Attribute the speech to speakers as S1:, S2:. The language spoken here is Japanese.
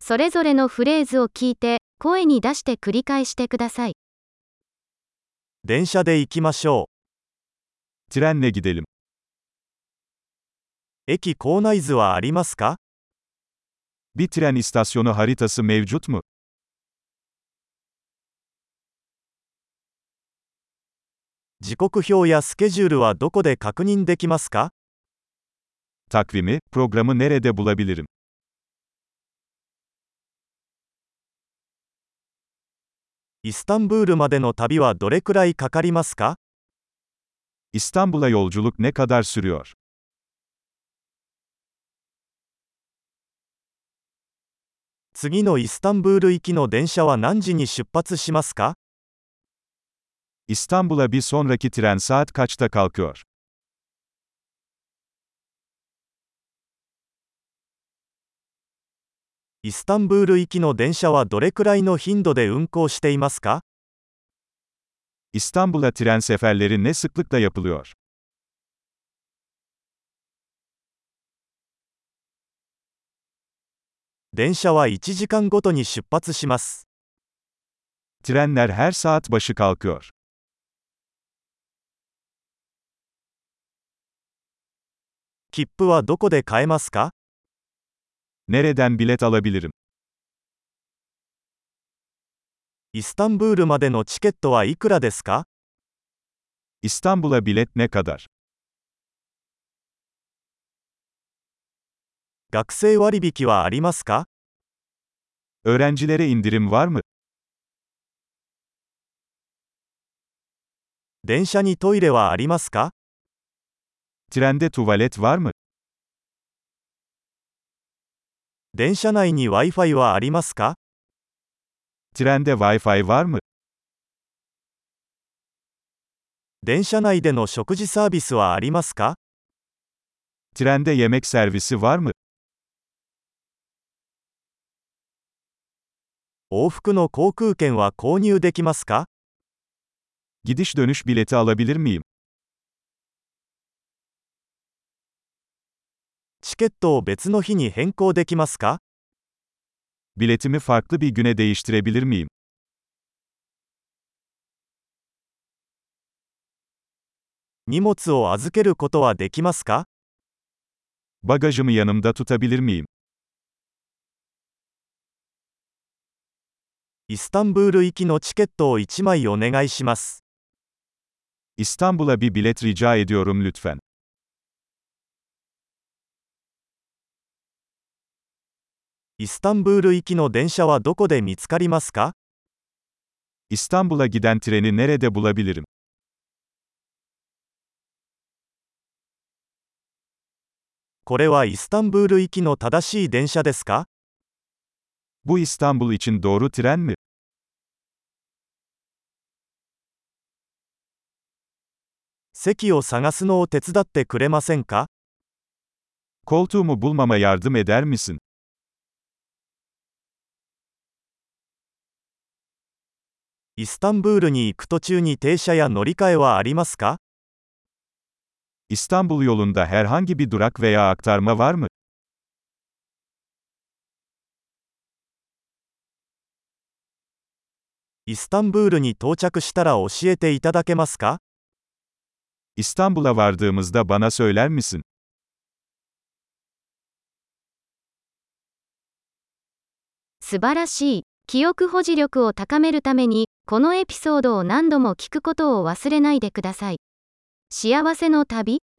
S1: それぞれのフレーズを聞いて、声に出して繰り返してください。
S2: 電車で行きましょう。
S3: Trenle gidelim.
S2: 駅構内図はありますか
S3: Bir tren istasyonu haritası mevcut mu?
S2: 時刻表やスケジュールはどこで確認できますか
S3: Takvimi, programı nerede bulabilirim?
S2: イスタンブールまでの旅はどれくらいかかりますか
S3: İstanbul'a yolculuk ne kadar sürüyor?
S2: 次のイスタンブール行きの電車は何時に出発しますか
S3: İstanbul'a bir sonraki tren saat kaçta kalkıyor?
S2: イスタンブール行きの電車はどれくらいの頻度で運行していますか
S3: İstanbul'a tren seferleri ne sıklıkla yapılıyor?
S2: 電車は1時間ごとに出発します。
S3: Trenler her saat başı kalkıyor.
S2: 切符はどこで買えますか
S3: Nereden bilet alabilirim?
S2: イスタンブールまでのチケットはいくらですか
S3: İstanbul'a bilet ne kadar?
S2: 学生割引はありますか
S3: Öğrencilere indirim var mı?
S2: 電車にトイレはありますか
S3: Trende tuvalet var mı?
S2: 電車内に Wi-Fi はありますか
S3: Trende Wi-Fi var mı?
S2: 電車内での食事サービスはありますか
S3: Trende yemek servisi var mı?
S2: 往復の航空券は購入できますか
S3: Gidiş dönüş bileti alabilir miyim?
S2: チケットを別の日に変更できますか
S3: Biletimi farklı bir güne değiştirebilir miyim?
S2: 荷物を預けることはできますか
S3: Bagajımı yanımda tutabilir miyim?
S2: イスタンブール行きのチケットを1枚お願いします。
S3: İstanbul'a bir bilet rica ediyorum lütfen.
S2: イスタンブール行きの電車はどこで見つかりますか
S3: İstanbul'a giden treni nerede bulabilirim?
S2: これはイスタンブール行きの正しい電車ですか
S3: Bu İstanbul için doğru tren mi?
S2: 席を探すのを手伝ってくれませんか
S3: Koltuğumu bulmama yardım eder misin?
S2: イスタンブールに行く途中に停車や乗り換えはありますか
S3: İstanbul yolunda herhangi bir durak veya aktarma var mı?
S2: イスタンブールに到着したら教えていただけますか
S3: İstanbul'a vardığımızda bana söyler misin?
S1: 素晴らしい。記憶保持力を高めるために、このエピソードを何度も聞くことを忘れないでください。幸せの旅